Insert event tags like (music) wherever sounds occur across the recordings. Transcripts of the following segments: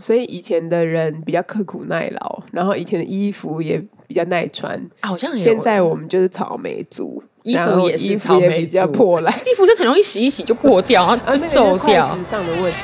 所以以前的人比较刻苦耐劳，然后以前的衣服也比较耐穿。啊好像也有现在我们就是草莓族，衣服然后也是衣草服也莓比较族破烂，衣服是很容易洗一洗就破掉，然后啊就嗯那个就是皱快掉。时尚的问题。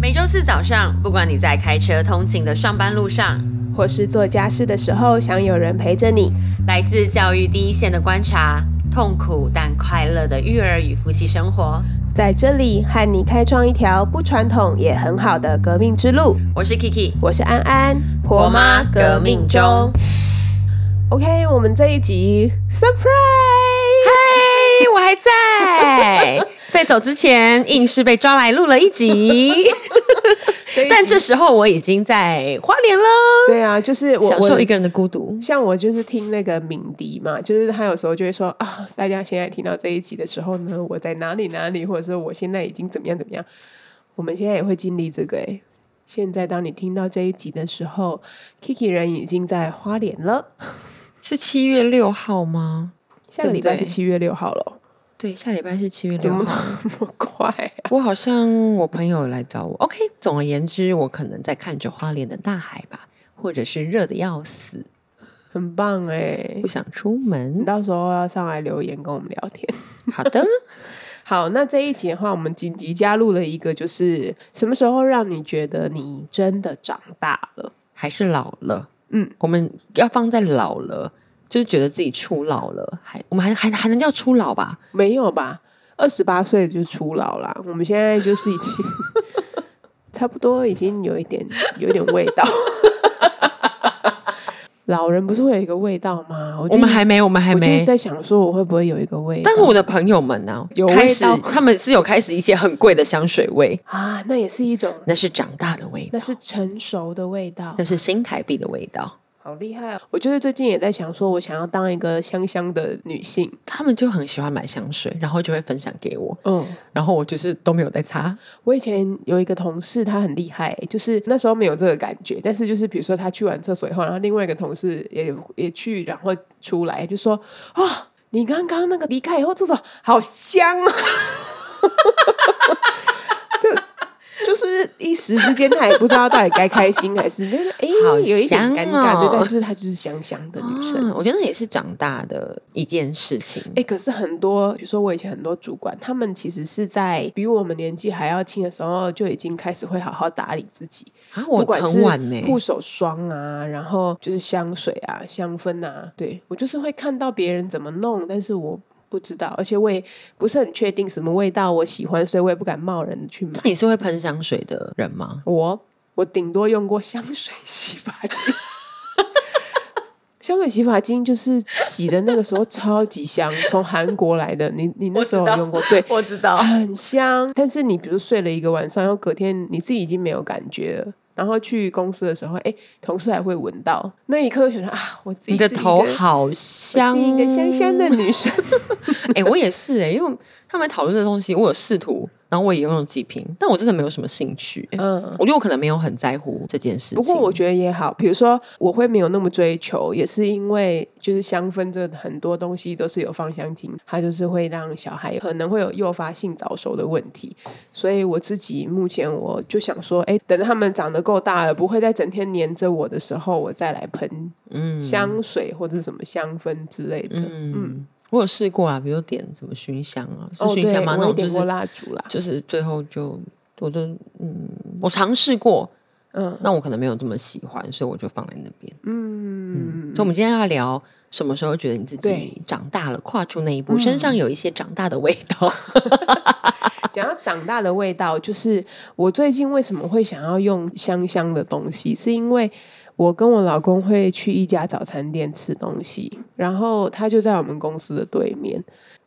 每周四早上，不管你在开车通勤的上班路上，或是做家事的时候，想有人陪着你。来自教育第一线的观察，痛苦但快乐的育儿与夫妻生活。在这里和你开创一条不传统也很好的革命之路。我是 Kiki，我是安安，婆妈革命中。 OK，我们这一集 surprise，嗨，我还在。在走之前，硬是被抓来录了一集，一集但 (laughs) 这时候我已经在花莲了， (laughs) 对啊，就是我享受一我个人的孤独。像我就是听那个敏迪嘛，就是他有时候就会说啊，大家现在听到这一集的时候呢，我在哪里哪里，或者说我现在已经怎么样怎么样，我们现在也会经历这个诶、欸现在当你听到这一集的时候，Kiki 人已经在花莲了，是七月六号吗？下个礼拜对不是对七月六号 (laughs) 了，对，下礼拜是七月怎六么号。那么快啊？ (laughs) 我好像我朋友来找我。OK，总而言之，我可能在看着花莲的大海吧，或者是热的要死，很棒哎、不想出你 (laughs) 门。到时候要上来留言跟我们聊天。好的，好，那这一集的话，我们紧急加入了一个，就是什么时候让你觉得你真的长大了？还是老了。嗯，我们要放在老了，就是觉得自己初老了，还我们还还还能叫初老吧？没有吧？二十八岁就初老啦，我们现在就是 (laughs) 已经差不多已经有一点有一点味 (laughs) 道。老人不是会有一个味道吗？我我们还没，没，我们还我就一直没。在想说我会不会有一个味道？但是我的朋友们呢、有味道开始他们是有开始一些很贵的香水味，啊，那也是一种，那是长大的味道那，是成熟的味道。那是新台币的味道。好厉害、哦！我就是最近也在想，说我想要当一个香香的女性。他们就很喜欢买香水，然后就会分享给我。嗯，然后我就是都没有在擦。我以前有一个同事，他很厉害、就是那时候没有这个感觉，但是就是比如说他去完厕所以后，然后另外一个同事也也去，然后出来就说：“啊、你刚刚那个离开以后，厕所好香啊！” (laughs) 就就是一时之间，他也不知道到底该开心还是就是哎，好有一点香尴尬，哦对，但就是她就是香香的女生。嗯，我觉得那也是长大的一件事情。哎、可是很多，比如说我以前很多主管，他们其实是在比我们年纪还要轻的时候，就已经开始会好好打理自己，啊，我不管很是晚呢、护手霜啊，然后就是香水啊、香氛啊，对我就是会看到别人怎么弄，但是我不知道，而且我也不是很确定什么味道我喜欢，所以我也不敢贸然的去买那。你是会喷香水的人吗？我我顶多用过香水洗发 (laughs) 精。香水洗发精就是洗的那个时候超级香，从韩国来的。你你那时候有用过？对，我知道很香。但是你比如睡了一个晚上，然后隔天你自己已经没有感觉了，然后去公司的时候，哎，同事还会闻到。那一刻就觉得啊，我自己你的是一个头我好香，是一 (laughs) 个香香的。女生。哎、我也是哎、因为他们讨论的东西，我有试图，然后我也用了几瓶，但我真的没有什么兴趣、欸嗯我觉得我可能没有很在乎这件事情。不过我觉得也好，比如说我会没有那么追求，也是因为就是香氛这很多东西都是有芳香精，它就是会让小孩可能会有诱发性早熟的问题，所以我自己目前我就想说，哎，等他们长得够大了，不会再整天黏着我的时候，我再来喷嗯香水或者什么香氛之类的。嗯我有试过啊，比如点什么熏香啊，是哦，对，熏香吗？那我也种就点过是蜡烛啦，就是最后就我都嗯，我尝试过，嗯那我可能没有这么喜欢，所以我就放在那边。嗯，所以，我们今天要聊什么时候觉得你自己对嗯长大了，跨出那一步，身上有一些长大的味道。讲到长大的味道，就是我最近为什么会想要用香香的东西，是因为我跟我老公会去一家早餐店吃东西，然后他就在我们公司的对面。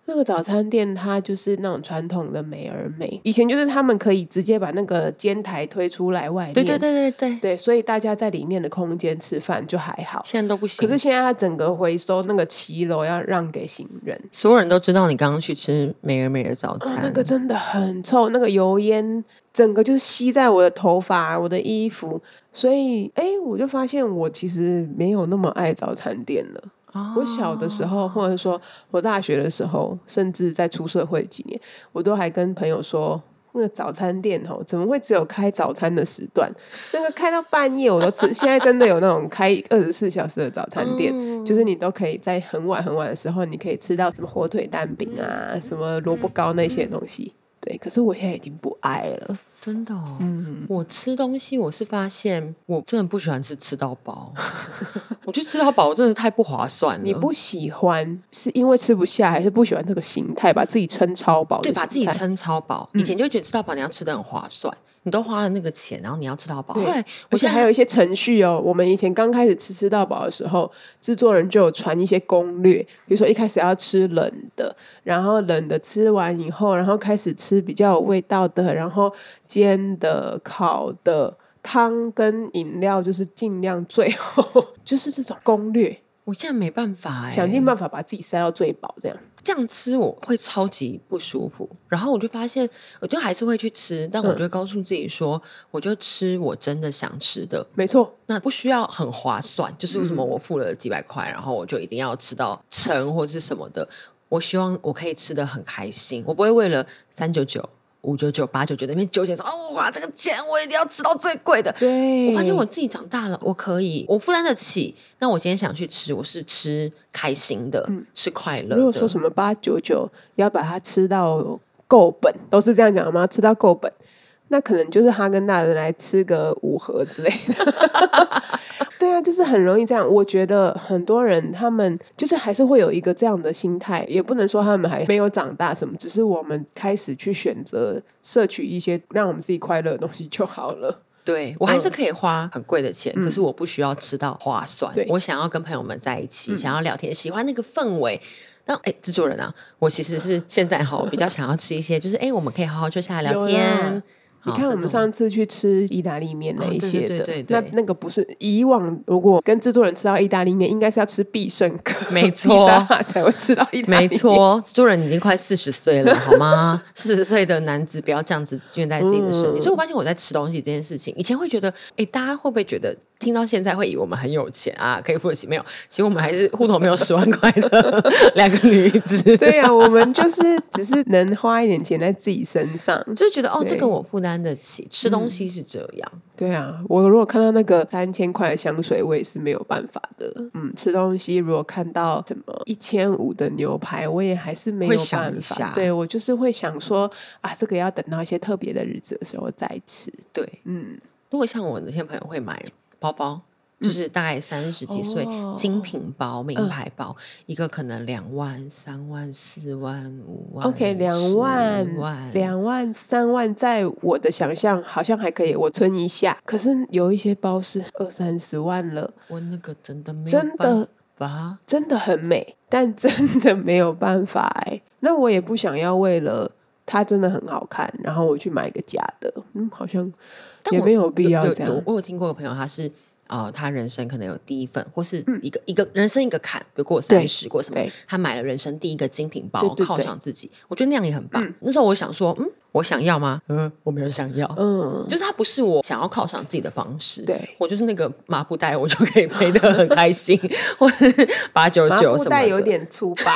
那个早餐店它就是那种传统的美而美，以前就是他们可以直接把那个煎台推出来外面，对对对对对，嗯对所以大家在里面的空间吃饭就还好。现在都不行。可是现在它整个回收那个骑楼要让给行人，所有人都知道你刚刚去吃美而美的早哦餐，，那个真的很臭，那个油烟整个就是吸在我的头发、我的衣服，所以哎，我就发现我其实没有那么爱早餐店了。哦我小的时候，或者说我大学的时候，甚至在出社会几年，我都还跟朋友说。那个早餐店哦，怎么会只有开早餐的时段？那个开到半夜我都吃。现在真的有那种开二十四小时的早餐嗯店，就是你都可以在很晚很晚的时候，你可以吃到什么火腿蛋饼啊、什么萝卜糕那些东西。对，可是我现在已经不爱了。真的、哦，嗯我吃东西我是发现我真的不喜欢吃吃到 (laughs) 饱，我去吃到饱我真的太不划算了，你不喜欢是因为吃不下，还是不喜欢这个形态，把自己撑超饱的对形态？把自己撑超饱，以嗯前就觉得吃到饱你要吃的很划算，你都花了那个钱，然后你要吃到饱，对后来而我且现在还有一些程序哦，我们以前刚开始吃吃到饱的时候，制作人就有传一些攻略，比如说一开始要吃冷的，然后冷的吃完以后，然后开始吃比较有味道的，然后煎的、烤的、汤跟饮料，就是尽量最后 (laughs) 就是这种攻略，我现在没办法、欸，想尽办法把自己塞到最饱，这样这样吃我会超级不舒服，然后我就发现，我就还是会去吃，但嗯我就会告诉自己说，我就吃我真的想吃的，没错。那不需要很划算。就是为什嗯么我付了几百块，然后我就一定要吃到撑或是什么的？我希望我可以吃的很开心，我不会为了三九九、五九九、八九九那边纠结说，哦，哇，这个钱我一定要吃到最贵的。对我发现我自己长大了，我可以，我负担得起。那我今天想去吃，我是吃开心的，吃快乐的。嗯如果说什么八九九要把它吃到够本，都是这样讲的吗？吃到够本，那可能就是哈根达斯来吃个五盒之类的。对啊，就是很容易这样。我觉得很多人他们就是还是会有一个这样的心态，也不能说他们还没有长大什么，只是我们开始去选择摄取一些让我们自己快乐的东西就好了。对我还嗯是可以花很贵的钱，可是我不需要吃到划算对。嗯我想要跟朋友们在一起，想要聊天，喜欢那个氛围。那哎，制作人啊，我其实是现在哈比较想要吃一些，就是哎，我们可以好好坐下来聊有啦天。你好看，我这们种上次去吃意大利面那一些的，哦对对对对对那那个不是以往如果跟制作人吃到意大利面，应该是要吃必胜客，没错披萨哈 (laughs) 才会吃到意大利面。 (laughs) 没，错，制作人已经快四十 (laughs) 岁了，好吗？四十岁的男子不要这样子虐待自己的身嗯体。所以我发现我在吃东西这件事情，以前会觉得，哎，大家会不会觉得听到现在会以为我们很有钱啊，可以付得起？没有，其实我们还是户头没有十万块的 (laughs) 两个女子。对呀、我们就是只是能花一点钱在自己身上。就觉得哦，对嗯这个我负担得起，吃东西是这样。对啊，我如果看到那个三千块的香水，我也是没有办法的。嗯，吃东西如果看到什么一千五的牛排，我也还是没有会办想一法下。对我就是会想说啊，这个要等到一些特别的日子的时候再吃。对，嗯，如果像我那些朋友会买包包，就是大概三十几岁、哦嗯精品包、名牌包，一个可能两万、三万、四万、五万 OK，两十万、万两万、三万，在我的想象好像还可以，我存一下。可是有一些包是二三十万了，我那个真的没有真的吧？真的很美，但真的没有办法哎、那我也不想要为了它真的很好看，然后我去买一个假的，嗯，好像但也我没有必要有这有有样。我有听过有朋友，他是呃，他人生可能有第一份，或是一个、一个人生一个坎，比如过嗯对三十，过什么对，他买了人生第一个精品包对对对犒赏自己，我觉得那样也很棒。那时候我想说，嗯，我想要吗？嗯，我没有想要。嗯，就是它不是我想要犒赏自己的方式，对我就是那个麻布袋，我就可以背得很开心，或是八九麻九布什么袋的。有点粗 (laughs) 吧，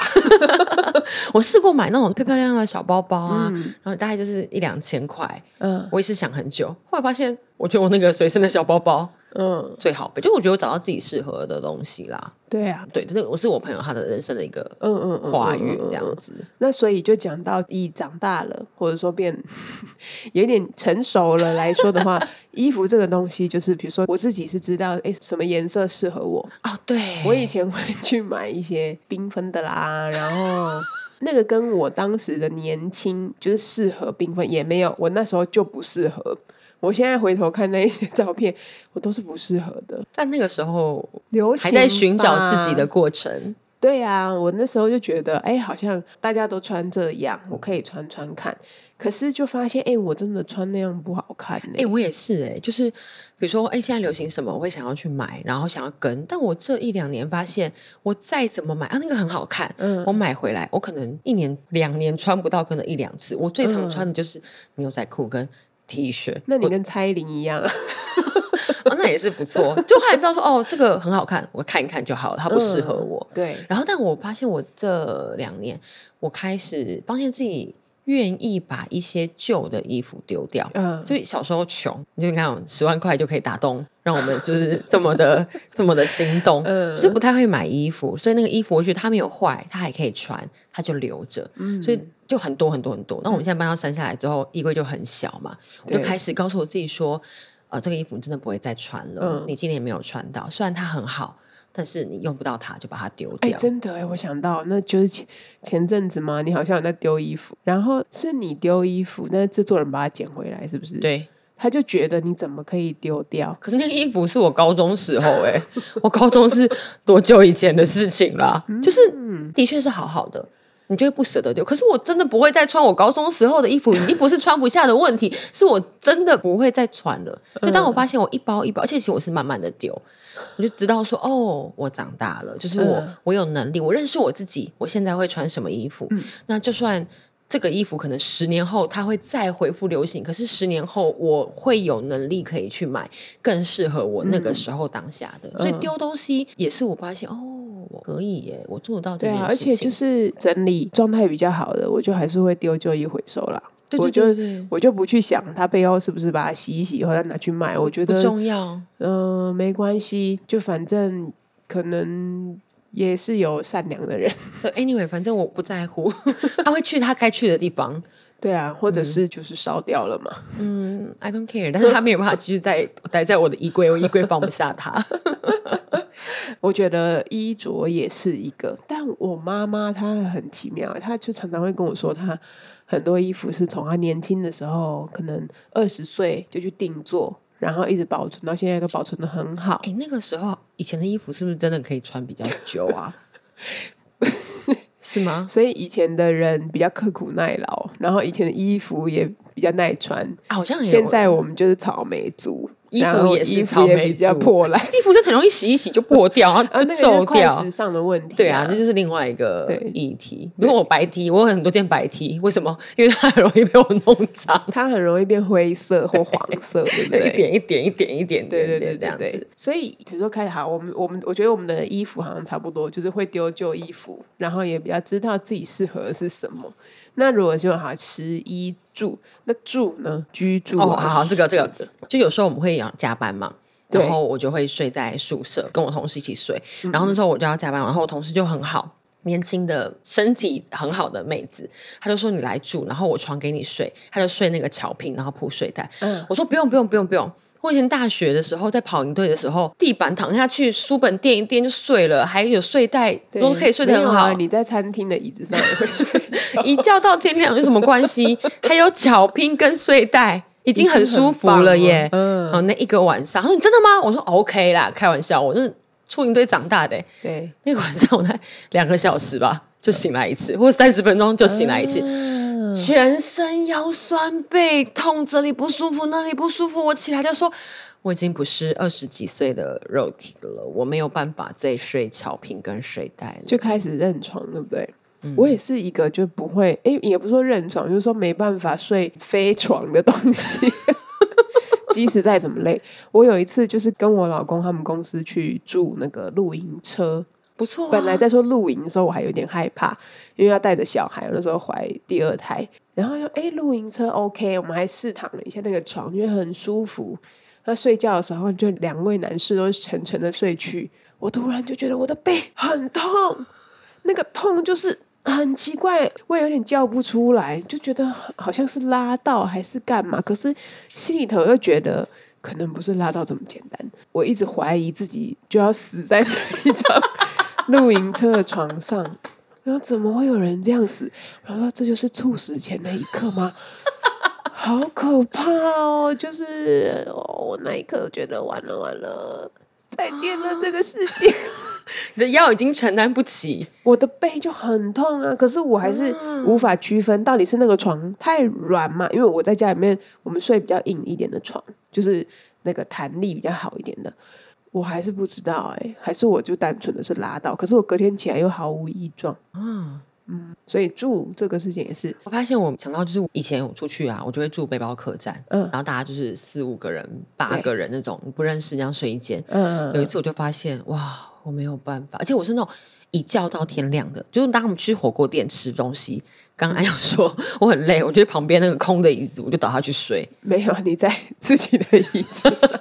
我试过买那种漂漂亮亮的小包包啊，然后大概就是一两千块，嗯我也是想很久，后来发现，我觉得我那个随身的小包包嗯，最好背，就我觉得我找到自己适合的东西啦。对啊，对，那个我是我朋友他的人生的一个嗯嗯嗯，跨嗯越嗯嗯这样子。那所以就讲到以长大了，或者说变 (laughs) 有一点成熟了来说的话，衣服这个东西就是，比如说我自己是知道，诶什么颜色适合我。哦，对，我以前会去买一些缤纷的啦，然后那个跟我当时的年轻就是适合缤纷也没有，我那时候就不适合。我现在回头看那一些 (laughs) 照片，我都是不适合的。但那个时候流行还在寻找自己吧的过程，对呀、我那时候就觉得，哎，好像大家都穿这样，我可以穿穿看。可是就发现，哎，我真的穿那样不好看呢、哎、我也是哎、就是比如说，哎、现在流行什么，我会想要去买，然后想要跟。但我这一两年发现，我再怎么买啊，那个很好看，嗯我买回来，我可能一年、两年穿不到，可能一两次。我最常穿的就是牛仔裤跟 T 恤，嗯那你跟蔡依林一样啊，嗯哦，那也是不错。就后来知道说，哦，这个很好看，我看一看就好了，它不适合嗯我。对，然后，但我发现我这两年，我开始发现自己愿意把一些旧的衣服丢掉。嗯，就小时候穷，你就看十万块就可以打动，让我们就是 (laughs) 这么的这么的心动，嗯就是不太会买衣服，所以那个衣服我觉得它没有坏，它还可以穿，它就留着，嗯所以就很多很多很多。那我们现在搬到山下来之后，衣柜就很小嘛，我就对开始告诉我自己说，呃，这个衣服真的不会再穿了，嗯你今年没有穿到，虽然它很好，但是你用不到它，就把它丢哎、掉。真的哎、我想到，那就是前前阵子嘛，你好像有在丢衣服，然后是你丢衣服，那制作人把它捡回来，是不是？，对，他就觉得你怎么可以丢掉？可是那个衣服是我高中时候哎、我高中是多久以前的事情啦？就是的确是好好的，你就会不舍得丢。可是我真的不会再穿我高中时候的衣服，已经不是穿不下的问题，是我真的不会再穿了。就当我发现我一包一包，而且其实我是慢慢的丢，我就知道说哦，我长大了，就是我、嗯我有能力，我认识我自己，我现在会穿什么衣服，那就算。这个衣服可能十年后它会再恢复流行，可是十年后我会有能力可以去买更适合我那个时候当下的，所以丢东西也是我发现哦，我可以耶，我做得到这对件啊，而事情。且就是整理状态比较好的，我就还是会丢旧衣回收啦。对我对就对对，我就不去想它背后是不是把它洗一洗，或者拿去卖。我觉不得，重要。嗯、没关系，就反正可能也是有善良的人，对，anyway，反正我不在乎， (laughs) 他会去他该去的地方。对啊， (laughs) 或者是就是烧掉了嘛。嗯，I don't care，但是他没有办法继续 (laughs) 在待在我的衣柜，我衣柜放不下 (laughs) 他。我觉得衣着也是一个，但我妈妈她很奇妙，她就常常会跟我说，她很多衣服是从她年轻的时候，可能二十岁就去定做，然后一直保存到现在都保存的很好。哎，那个时候以前的衣服是不是真的可以穿比较久啊？ (laughs) 是吗？所以以前的人比较刻苦耐劳，然后以前的衣服也比较耐穿。啊，好像也有现在我们就是草莓族，衣服然后也是衣服草莓比较族破烂，衣服是很容易洗一洗就破掉，然 (laughs) 啊，后那个就就是皱快掉。时尚的问题、对啊，那就是另外一个对议题。比如我白 T，我有很多件白 T，为什么？因为它很容易被我弄脏，它很容易变灰色或黄色，对 (laughs) 不对一？点一点一点一点对对点点对这样子。。所以比如说开始好，我们我们我觉得我们的衣服好像差不多，就是会丢旧衣服，然后也比较知道自己适合的是什么。那如果就好吃衣住，那住呢？居住哦，啊、好，这个这个，就有时候我们会要加班嘛。对嗯然后我就会睡在宿舍，跟我同事一起睡。然后那时候我就要加班，然后我同事就很好，年轻的身体很好的妹子，她就说你来住，然后我床给你睡，她就睡那个草坪，然后铺睡袋。嗯我说不用不用不用不用。我以前大学的时候，在跑营队的时候，地板躺下去，书本垫一垫就睡了，还有睡袋对都可以睡得没很有好啊。。你在餐厅的椅子上也会睡， (laughs) 一觉到天亮有什么关系？还有脚拼跟睡袋，已经很舒服了耶已经很。棒了嗯哦，那一个晚上，他说你真的吗？我说 OK 啦，开玩笑，我是出营队长大的耶。 (laughs) 对， (laughs) 那个晚上我才两个小时吧，就醒来一次，或三十分钟就醒来一次。嗯全身腰酸背痛，这里不舒服，那里不舒服。我起来就说，我已经不是二十几岁的肉体了，我没有办法再睡草坪跟睡袋了。就开始认床，对不对？我也是一个就不会，哎、也不是说认床，就是说没办法睡飞床的东西。 (laughs) 即使再怎么累，我有一次就是跟我老公他们公司去住那个露营车，不错、啊，本来在说露营的时候，我还有点害怕，因为要带着小孩，我那时候怀第二胎，然后就哎、诶露营车 OK，我们还试躺了一下那个床，因为很舒服。那睡觉的时候，就两位男士都沉沉的睡去，我突然就觉得我的背很痛，那个痛就是很奇怪，我也有点叫不出来，就觉得好像是拉到还是干嘛，可是心里头又觉得。可能不是拉到这么简单，我一直怀疑自己就要死在那一张露营车的床上。然后怎么会有人这样死？然后说这就是猝死前那一刻吗？好可怕哦！就是、哦、我那一刻觉得完了完了，再见了这个世界。你的腰已经承担不起，我的背就很痛啊，可是我还是无法区分到底是那个床太软嘛，因为我在家里面我们睡比较硬一点的床，就是那个弹力比较好一点的，我还是不知道哎、还是我就单纯的是拉到，可是我隔天起来又毫无异状，嗯。所以住这个事情也是，我发现我想到就是以前我出去啊，我就会住背包客栈，嗯然后大家就是四五个人、八对个人那种，不认识这样睡一间。嗯，有一次我就发现，哇，我没有办法，而且我是那种一觉到天亮的，就是当我们去火锅店吃东西，刚刚安有说我很累，我觉得旁边那个空的椅子，我就倒下去睡，没有你在自己的椅子上，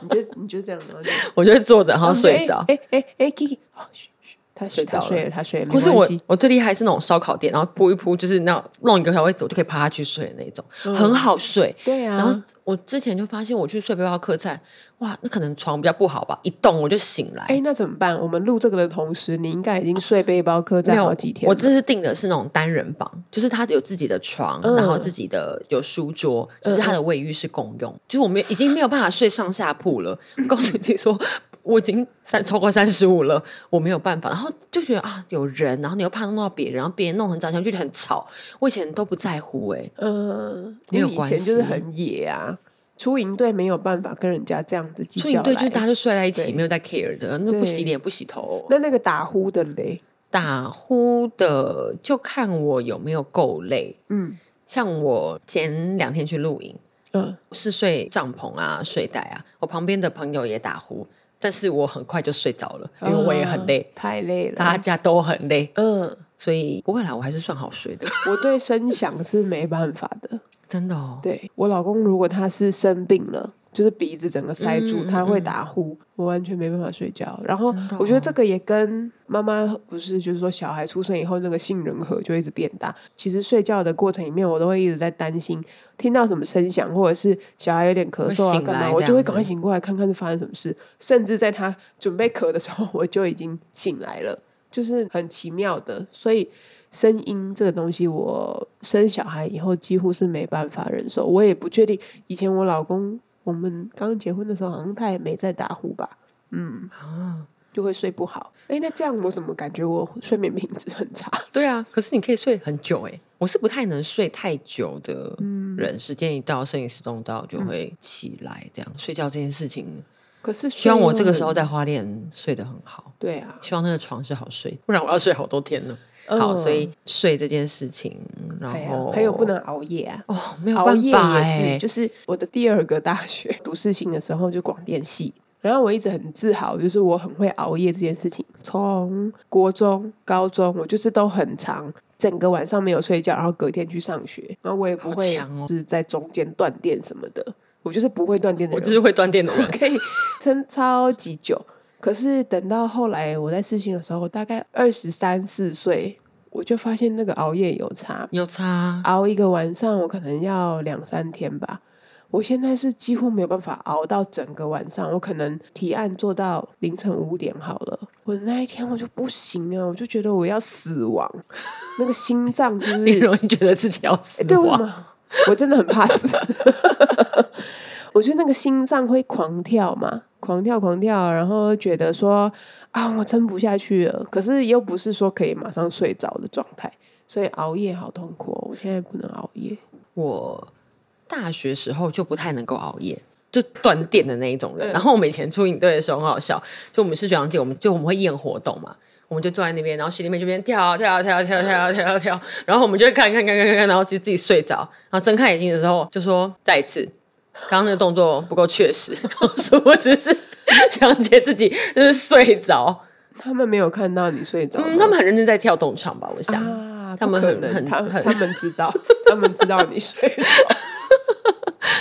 你就你就这样，然后就 (laughs) 我就会坐着然后睡着。哎哎哎，Kiki，哦嘘嘘他睡睡着他了睡了，他睡了，不是没我关系，我最厉害是那种烧烤店，然后铺一铺，就是那种弄一个小位子，我就可以趴下去睡的那种，嗯很好睡。对啊，然后我之前就发现，我去睡背包客栈，哇，那可能床比较不好吧，一动我就醒来。哎，那怎么办？我们录这个的同时，你应该已经睡背包客没栈有好几天了。我这次订的是那种单人房，就是他有自己的床，嗯然后自己的有书桌，只是他的卫浴是共用，就是我们已经没有办法睡上下铺了。我告诉你说。我已经三超过三十五了，我没有办法，然后就觉得啊有人，然后你又怕弄到别人，然后别人弄很早，前就觉得很吵。我以前都不在乎哎、嗯，因没有为以关前就是系很野啊，出营队没有办法跟人家这样子计所较以来。对，就是大家就睡在一起，对没有在 care 的，那不洗对脸不洗头，那那个打呼的嘞，打呼的就看我有没有够累。嗯像我前两天去露营，嗯，是睡帐篷啊、睡袋啊，我旁边的朋友也打呼，但是我很快就睡着了，因为我也很累啊，太累了。大家都很累，嗯，所以不会啦，我还是算好睡的，我对声响是没办法的。真的哦。对我老公，如果他是生病了。就是鼻子整个塞住，嗯嗯他会打呼，我完全没办法睡觉。然后真的哦我觉得这个也跟妈妈不是，就是说小孩出生以后那个杏仁核就一直变大。其实睡觉的过程里面，我都会一直在担心听到什么声响，或者是小孩有点咳嗽会啊醒来干这嘛，样我就会子赶快醒过来看看是发生什么事。甚至在他准备咳的时候，我就已经醒来了，就是很奇妙的。所以声音这个东西，我生小孩以后几乎是没办法忍受。我也不确定，以前我老公我们刚结婚的时候，好像他也没在打呼吧，嗯，就会睡不好。哎，那这样我怎么感觉我睡眠品质很差？对啊，可是你可以睡很久哎、我是不太能睡太久的嗯人，时间一到，生理时钟到就会起来，这样、睡觉这件事情，可是希望我这个时候在在花莲睡得很好，对啊，希望那个床是好睡，不然我要睡好多天了。好，嗯所以睡这件事情，然还后有还有不能熬夜啊。哦，没有熬办夜也法哎、是，就是我的第二个大学 (laughs) 读事情的时候就广电系，然后我一直很自豪，就是我很会熬夜这件事情。从国中、高中，我就是都很长，整个晚上没有睡觉，然后隔天去上学，然后我也不好会强哦是在中间断电什么的，我就是不会断电的我人，。就是会断电的人 (laughs) 可以撑超级久。可是等到后来我在试训的时候，大概二十三四岁，我就发现那个熬夜有差，有差，熬一个晚上我可能要两三天吧。我现在是几乎没有办法熬到整个晚上，我可能提案做到凌晨五点好了，我那一天我就不行啊，我就觉得我要死亡，那个心脏 (laughs) 就你是 (laughs) 容易觉得自己要死欸对我亡。嘛，我真的很怕死。 (laughs) 我觉得那个心脏会狂跳嘛，狂跳狂跳，然后觉得说啊，我撑不下去了，可是又不是说可以马上睡着的状态，所以熬夜好痛苦、哦。我现在不能熬夜，我大学时候就不太能够熬夜，就断电的那一种人。然后我们以前出营队的时候很好笑，就我们是学长姐，我们就我们会验活动嘛。我们就坐在那边，然后心里面就边跳啊跳啊跳啊跳啊跳啊跳啊跳啊，然后我们就会看看看看看看，然后自己自己睡着，然后睁开眼睛的时候就说再一次，刚刚那个动作不够确实， (laughs) 我说我只是 (laughs) 想姐自己就是睡着，他们没有看到你睡着吗、嗯，他们很认真在跳动场吧，我想，啊，他们不可很能很他很他们知道， (laughs) 他们知道你睡 (laughs) 着。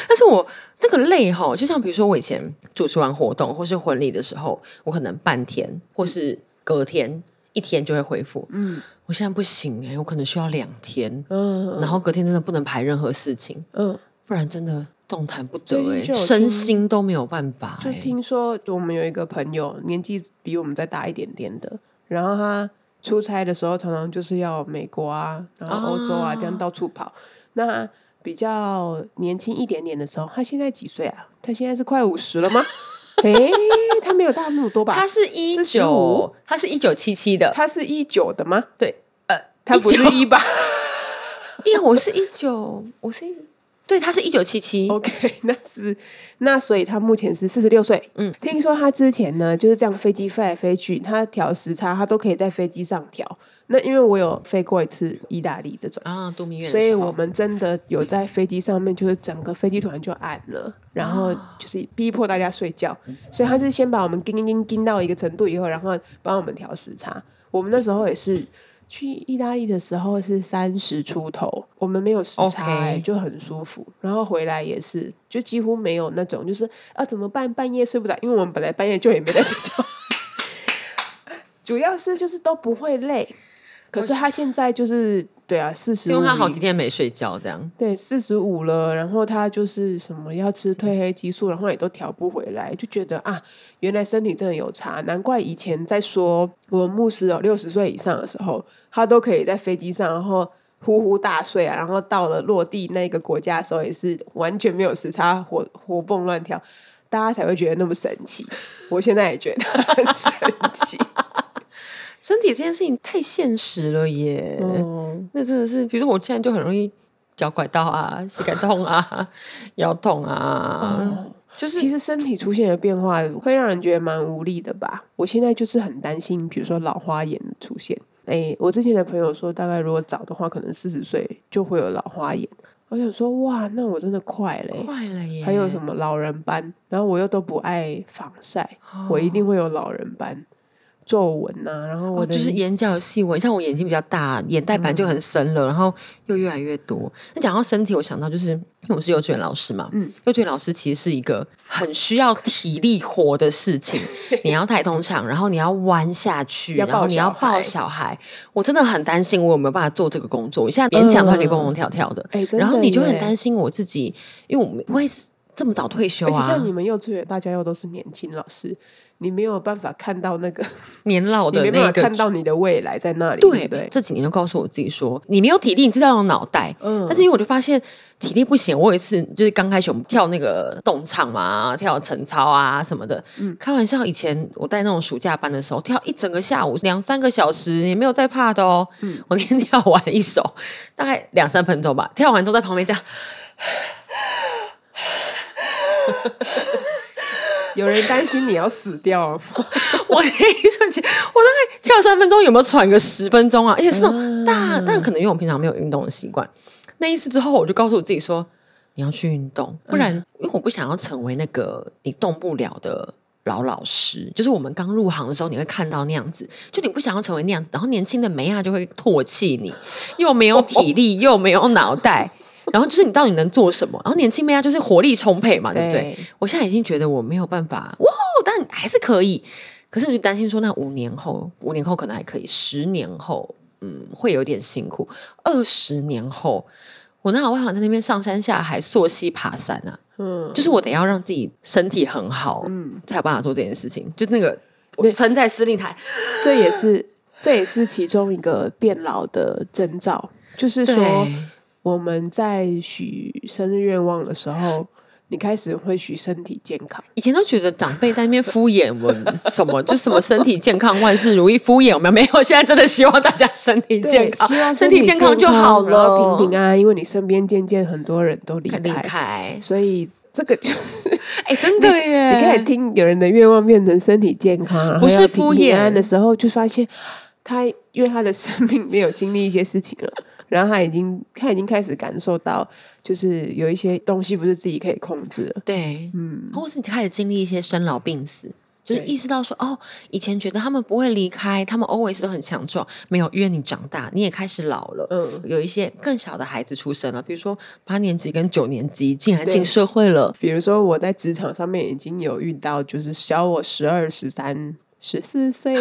但是我这个累哈，就像比如说我以前主持完活动或是婚礼的时候，我可能半天或是隔天一天就会恢复。嗯，我现在不行哎、我可能需要两天，嗯然后隔天真的不能排任何事情，嗯，不然真的动弹不得哎、最近就有身听心都没有办法、就欸。听说我们有一个朋友，年纪比我们再大一点点的，然后他出差的时候常常就是要美国啊，然后欧洲啊、啊这样到处跑。那 (laughs) 比较年轻一点点的时候，他现在几岁啊？他现在是快五十了吗？诶，他没有大那么多吧？他是一45九，他是一九七七的，他是一九的吗？对，呃，他不是19一八因为我是一九，我是一对，他是一九七七， ？OK，那 (laughs) 是那所以他目前是四十六岁。嗯，听说他之前呢就是这样飞机飞来飞去，他调时差他都可以在飞机上调。那因为我有飞过一次意大利这种。啊，度蜜月的时所候，以我们真的有在飞机上面，就是整个飞机突然就暗了，然后就是逼迫大家睡觉，嗯所以他就是先把我们叮叮叮叮到一个程度以后，然后帮我们调时差。我们那时候也是去意大利的时候是三十出头，我们没有时差、 OK 欸就很舒服。然后回来也是，就几乎没有那种就是啊怎么办，半夜睡不着，因为我们本来半夜就也没在睡觉。 (laughs) 主要是就是都不会累，可是他现在就是对啊，四十因为他好几天没睡觉，这样对，四十五了，然后他就是什么要吃褪黑激素，然后也都调不回来，就觉得啊，原来身体真的有差，难怪以前在说我牧师哦，六十岁以上的时候，他都可以在飞机上，然后呼呼大睡啊，然后到了落地那个国家的时候，也是完全没有时差，活活蹦乱跳，大家才会觉得那么神奇。我现在也觉得很神奇。身体这件事情太现实了耶。嗯，那真的是，比如说我现在就很容易脚拐到 (laughs) 啊、膝盖痛啊、腰痛啊，就是嗯其实身体出现了变化，会让人觉得蛮无力的吧？我现在就是很担心，比如说老花眼的出现。哎，我之前的朋友说，大概如果早的话，可能四十岁就会有老花眼。我想说，哇，那我真的快嘞、坏了耶。还有什么老人斑，然后我又都不爱防晒，哦我一定会有老人斑、皱纹呐、然后我哦，的、嗯就是眼角有细纹，像我眼睛比较大，眼袋本来就很深了，然后又越来越多。那讲到身体，我想到就是因为我是幼稚园老师嘛，嗯幼稚园老师其实是一个很需要体力活的事情。你要抬头场，然后你要弯下去，要抱然后你要小抱孩小孩，我真的很担心我有没有办法做这个工作。我现在勉强还可以蹦蹦跳跳的，哎，嗯真的然后你就很耶担心我自己，因为我不会这么早退休而且啊像，你们幼稚园，大家又都是年轻老师，你没有办法看到那个，年老你的没办那法个看。到你的未来在那里，对对不对？这几年都告诉我自己说，你没有体力，你知道有脑袋。嗯但是因为我就发现体力不行，我有一次就是刚开始我们跳那个动唱嘛，跳晨操啊什么的。开玩笑，以前我带那种暑假班的时候，跳一整个下午两三个小时，也没有在怕的哦。我那天跳完一首，大概两三分钟吧，跳完之后在旁边这样，有人担心你要死掉 (laughs) 了吗， (laughs) 我那一瞬间，我大概跳三分钟，有没有喘个十分钟啊？而且是那种大，但可能因为我平常没有运动的习惯。那一次之后，我就告诉我自己说，你要去运动，不然因为我不想要成为那个你动不了的。老老师，就是我们刚入行的时候，你会看到那样子，就你不想要成为那样子，然后年轻的梅亚就会唾弃你，又没有体力，又没有脑袋，然后就是你到底能做什么？然后年轻梅亚就是活力充沛嘛，对不对？我现在已经觉得我没有办法哇，哦但还是可以。可是我就担心说，那五年后，五年后可能还可以，十年后，嗯，会有点辛苦。二十年后，我哪有办法在那边上山下海、溯溪爬山啊？嗯，就是我得要让自己身体很好，嗯，才有办法做这件事情。就那个我对撑在司令台，这也是这也是其中一个变老的征兆，就是说对我们在许生日愿望的时候，你开始会许身体健康，以前都觉得长辈在那边敷衍我们什么，就什么身体健康、万事如意，敷衍我们没有。现在真的希望大家身体健康，希望身体健康就好然后了，平平安安，因为你身边渐渐很多人都离离开，开。所以这个就是哎，真的耶！你开始听有人的愿望变成身体健康，然后不是要平敷平安衍安的时候，就发现他因为他的生命没有经历一些事情了， (laughs) 然后他已经他已经开始感受到，就是有一些东西不是自己可以控制的。对，嗯，或是你开始经历一些生老病死，就是对意识到说，哦，以前觉得他们不会离开，他们 always 都很强壮，没有，因为你长大，你也开始老了。嗯有一些更小的孩子出生了，比如说八年级跟九年级竟然对进社会了，比如说我在职场上面已经有遇到，就是小我十二、十三、十四 (laughs) 岁。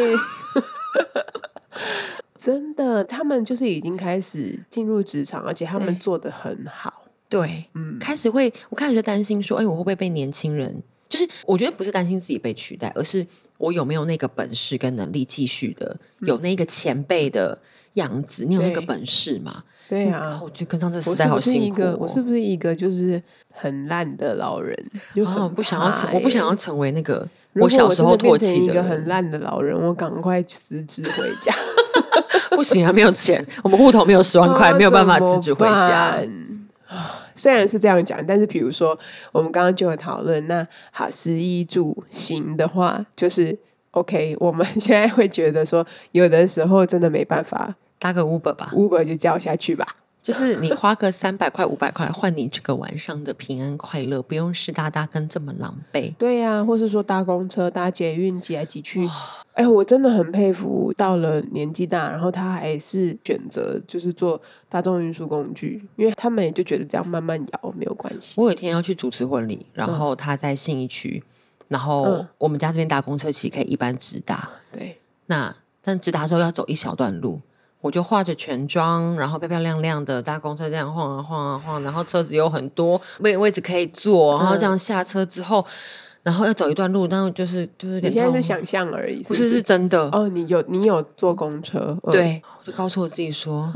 真的，他们就是已经开始进入职场，而且他们对做的很好。对，嗯开始会，我开始就担心说，哎，我会不会被年轻人？就是我觉得不是担心自己被取代，而是我有没有那个本事跟能力继续的有那个前辈的样子，你有那个嗯对本事吗？对啊，啊，我觉得跟上这我时代是好不是辛一苦、个哦。我是不是一个就是很烂的老人？就啊，我很不想要怕成，我不想欸要成为那个如果小时候真的唾变成弃一的个人。很烂的老人，我赶快辞职回家。 (laughs) 不行啊，没有钱，我们户头没有 (laughs) 十万 (laughs) 块，啊没有办法怎么辞职回家。办啊虽然是这样讲，但是比如说我们刚刚就有讨论，那好食衣住行的话，就是 OK。我们 (laughs) 现在会觉得说，有的时候真的没办法搭个 Uber 吧， ，Uber 就叫下去吧。就是你花个三百块、五百块换你这个晚上的平安快乐，不用湿哒哒跟这么狼狈。对呀、或是说搭公车、搭捷运挤来挤去。哎，我真的很佩服，到了年纪大，然后他还是选择就是坐大众运输工具，因为他们也就觉得这样慢慢摇没有关系。我有一天要去主持婚礼，然后他在信义区，然后嗯我们家这边搭公车其实可以一般直达，对，那但直达之后要走一小段路，我就化着全妆，然后漂漂亮亮的搭公车这样晃啊晃啊晃，然后车子有很多位位置可以坐，嗯然后这样下车之后，然后要走一段路，然后就是就是有你点现在痛是想象而已，不是是是真的，哦，你有你有坐公车？嗯，对，我就告诉我自 (laughs) 己说，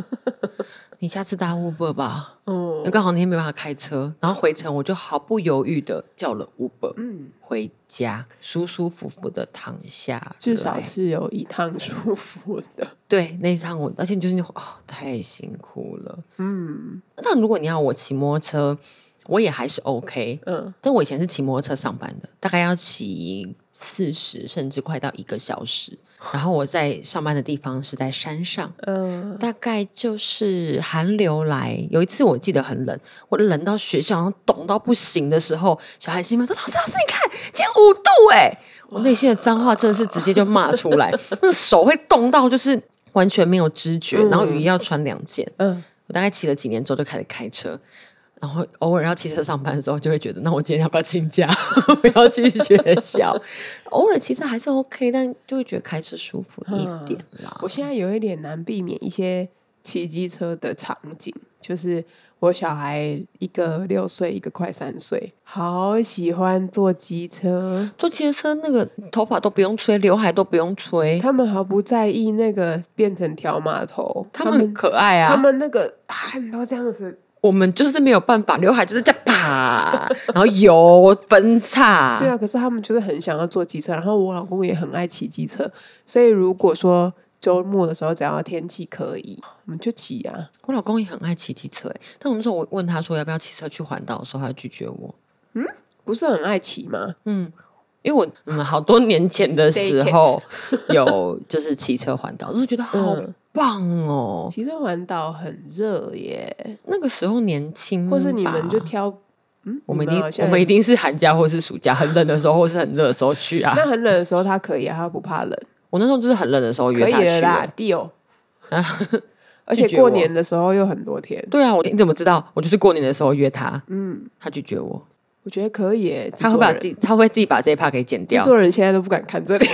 你下次搭 Uber 吧。嗯因为刚好那天没办法开车，然后回程我就毫不犹豫的叫了 Uber，嗯，回家舒舒服服的躺下，至少是有一趟舒服的。对那一趟我，而且就是哦太辛苦了。嗯但如果你要我骑摩托车，我也还是 OK。嗯，但我以前是骑摩托车上班的，大概要骑四十甚至快到一个小时。然后我在上班的地方是在山上，嗯，大概就是寒流来。有一次我记得很冷，我冷到学校，然后冻到不行的时候，小孩兴奋说：“老师，老师，你看，今天五度哎、我内心的脏话真的是直接就骂出 (laughs) 来，那个手会冻到就是完全没有知觉，然后雨衣要穿两件。嗯，我大概骑了几年之后就开始开车。然后偶尔要骑车上班的时候，就会觉得，那我今天要不要请假， (laughs) 不要去学校？偶尔骑车还是 OK，但就会觉得开车舒服一点啦。我现在有一点难避免一些骑机车的场景，就是我小孩一个嗯六岁，一个快三岁，好喜欢坐机车。坐汽车那个头发都不用吹，刘海都不用吹，他们毫不在意那个变成条码头，他他们很可爱他啊。们那个汗都这样子，我们就是没有办法，刘海就是这样 (laughs) 啪，然后油分叉。对啊，可是他们就是很想要坐机车，然后我老公也很爱骑机车，所以如果说周末的时候只要天气可以，我们就骑啊。我老公也很爱骑机车、欸，但我那时候我问他说要不要骑车去环岛的时候，他拒绝我。不是很爱骑吗？因为我嗯，好多年前的时候 (laughs) 有就是骑车环岛，我就觉得好嗯棒哦。骑车环岛很热耶，那个时候年轻吧，或是你们就挑，嗯，我们一你定好像我们一定是寒假或是暑假很冷的时候，或 (laughs) 是很热的时候去啊。那很冷的时候他可以啊，他不怕冷，我那时候就是很冷的时候可约以他了去啦啊。 ，deal。 (laughs) 啊而且拒绝我过年的时候又很多天，对啊，我你怎么知道？我就是过年的时候约他，嗯，他拒绝我，我觉得可以耶。他会把制自己他会自己把这一趴给剪作人制掉。作人现在都不敢看这里，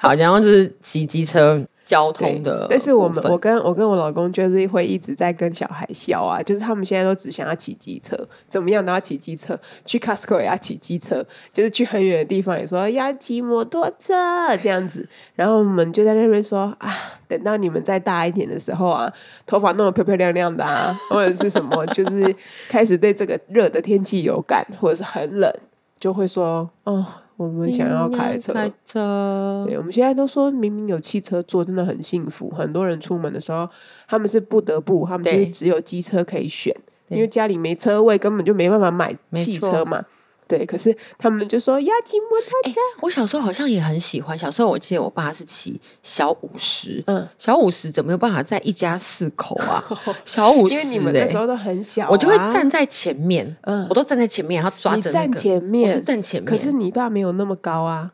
好，然后就是骑机车交通的部分，但是我们我跟我跟我老公就是会一直在跟小孩笑啊，就是他们现在都只想要骑机车，怎么样都要骑机车，去 Costco 也要骑机车，就是去很远的地方也说要骑摩托车这样子。 (laughs) 然后我们就在那边说啊，等到你们再大一点的时候啊，头发弄得漂漂亮亮的啊， (laughs) 或者是什么，就是开始对这个热的天气有感，或者是很冷，就会说哦，我们想要开车。开车，对，我们现在都说明明有汽车坐，真的很幸福。很多人出门的时候，他们是不得不，他们就是对只有机车可以选，对因为家里没车位，根本就没办法买没汽错车嘛。对，可是他们就说要骑摩托车，我小时候好像也很喜欢，小时候我记得我爸是骑小五十，嗯，小五十怎么有办法在一家四口啊？小五 (laughs) 十、因欸，为你们那时候都很小、啊我就会，站在前面，嗯我都站在前面，然后抓你着、那站个，前我面，是站前面，可是你爸没有那么高啊。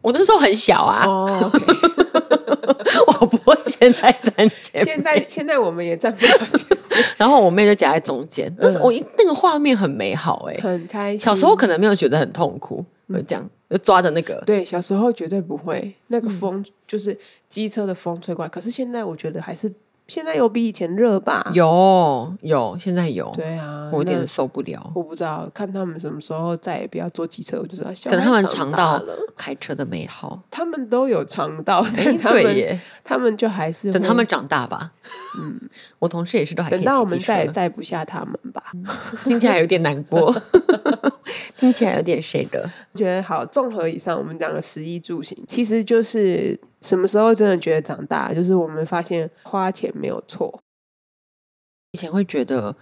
我那时候很小啊，哦，OK， (laughs) 我不会现在站 (laughs) 前面。现在现在我们也站 (laughs) 不了前面，然后我妹就夹在中间，但是我一那个画面很美好哎、嗯很嗯开心。小时候可能没有觉得很痛苦，就这样就抓着那个，对，小嗯时候绝对不会，那个风、就是机车的风吹过来。可是现在我觉得还是现在有比以前热吧？有有，现在有，对啊，我有点那受不了。我不知道，看他们什么时候再也不要坐机车，我就知道。可能他们尝到了，开车的 (laughs) 美好。他们都有尝到，哎，但他对们耶，他们就还是等会他们长大吧。嗯，我同事也是都还可以嗯等到我骑们机再也车载不下他们吧。 (laughs) 听起来有点难 (laughs) 过，听起来有点谁的？觉得好，综合以上我们讲的食衣住行，其实就是什么时候真的觉得长大，就是我们发现花钱没有错，以前会觉得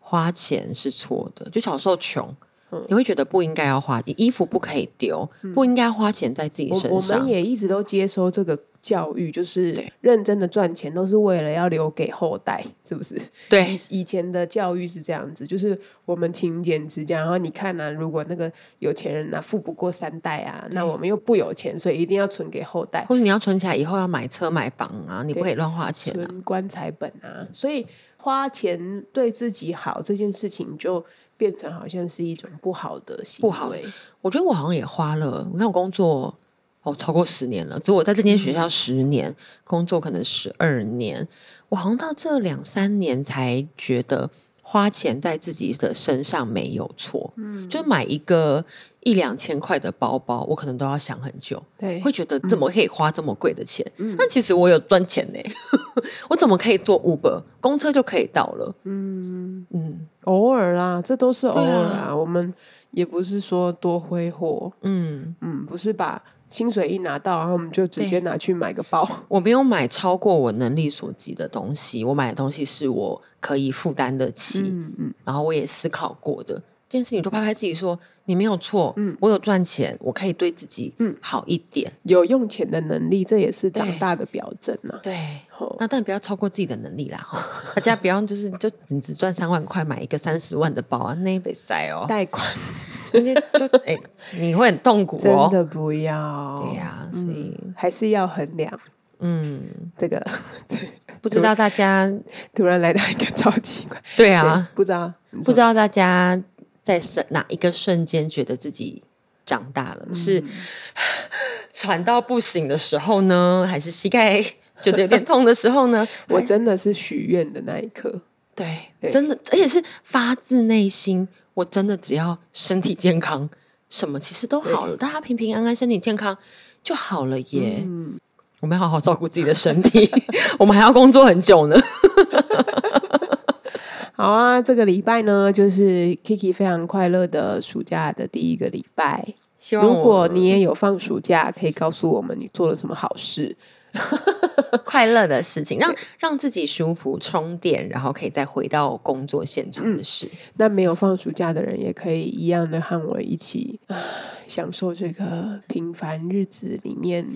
花钱是错的，就小时候穷嗯。你会觉得不应该要花，衣服不可以丢，不应该花钱在自己我身嗯我上们。也一直都接收这个教育，就是对认真的赚钱都是为了要留给后代，是不是？对，以前的教育是这样子，就是我们勤俭持家，然后你看啊，如果那个有钱人啊富不过三代啊，那我们又不有钱，所以一定要存给后代。或者你要存起来，以后要买车买房啊，你不对可以乱花钱啊。存棺材本啊，所以花钱对自己好这件事情就变成好像是一种不好的行为，不好我觉得我好像也花了，你看我工作哦超过十年了，只有我在这间学校十年，工作可能十二年，我好像到这两三年才觉得花钱在自己的身上没有错，嗯，就买一个一两千块的包包，我可能都要想很久，对，会觉得怎么可以花这么贵的钱？但其实我有赚钱呢、 (laughs) 我怎么可以坐 Uber 公车就可以到了？嗯，嗯偶尔啦，这都是偶尔对啊，我们也不是说多挥霍，嗯，嗯，不是把薪水一拿到，然后我们就直接拿去买个包， (laughs) 我没有买超过我能力所及的东西，我买的东西是我可以负担得起，嗯嗯，然后我也思考过的这件事情，就拍拍自己说你没有错，嗯我有赚钱，我可以对自己嗯好一点，有用钱的能力，这也是长对大的表征啊。对。吼那但不要超过自己的能力啦，哈！大家不要就是就你只赚三万块买一个三十万的包啊，那也被塞哦，贷款人家就哎、你会很痛苦真哦。的嗯不要，对呀、所以还是要衡量嗯这个。 (laughs) 不知道大家突然来到一个超奇怪，对啊，对不知道，不不知道大家在是哪一个瞬间觉得自己长大了，是 (sighs) 喘到不行的时候呢，还是膝盖觉得有点痛的时候呢？我真的是许愿的那一刻，对，对真的，而且是发自内心，我真的只要身体健康，什么其实都好了，大家平平安安，身体健康就好了耶。嗯，我们要好好照顾自己的身体， (laughs) 我们还要工作很久呢。好啊，这个礼拜呢，就是 Kiki 非常快乐的暑假的第一个礼拜。希望如果我你也有放暑假，可以告诉我们你做了什么好事。快乐的事情，让让自己舒服充电，然后可以再回到工作现场的事。那没有放暑假的人，也可以一样的和我一起啊，享受这个平凡日子里面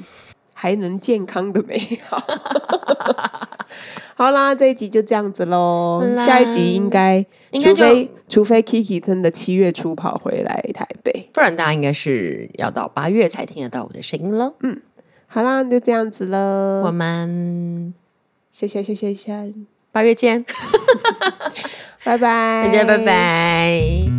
还能健康的美好。 (laughs) 好啦，这一集就这样子喽好。啦下一集应该，应该除非就除非 Kiki 真的七月初跑回来台北。不然大家应该是要到八月才听得到我的声音了。好啦，就这样子我了。们谢谢谢谢谢谢，八月见，拜拜，大家拜拜。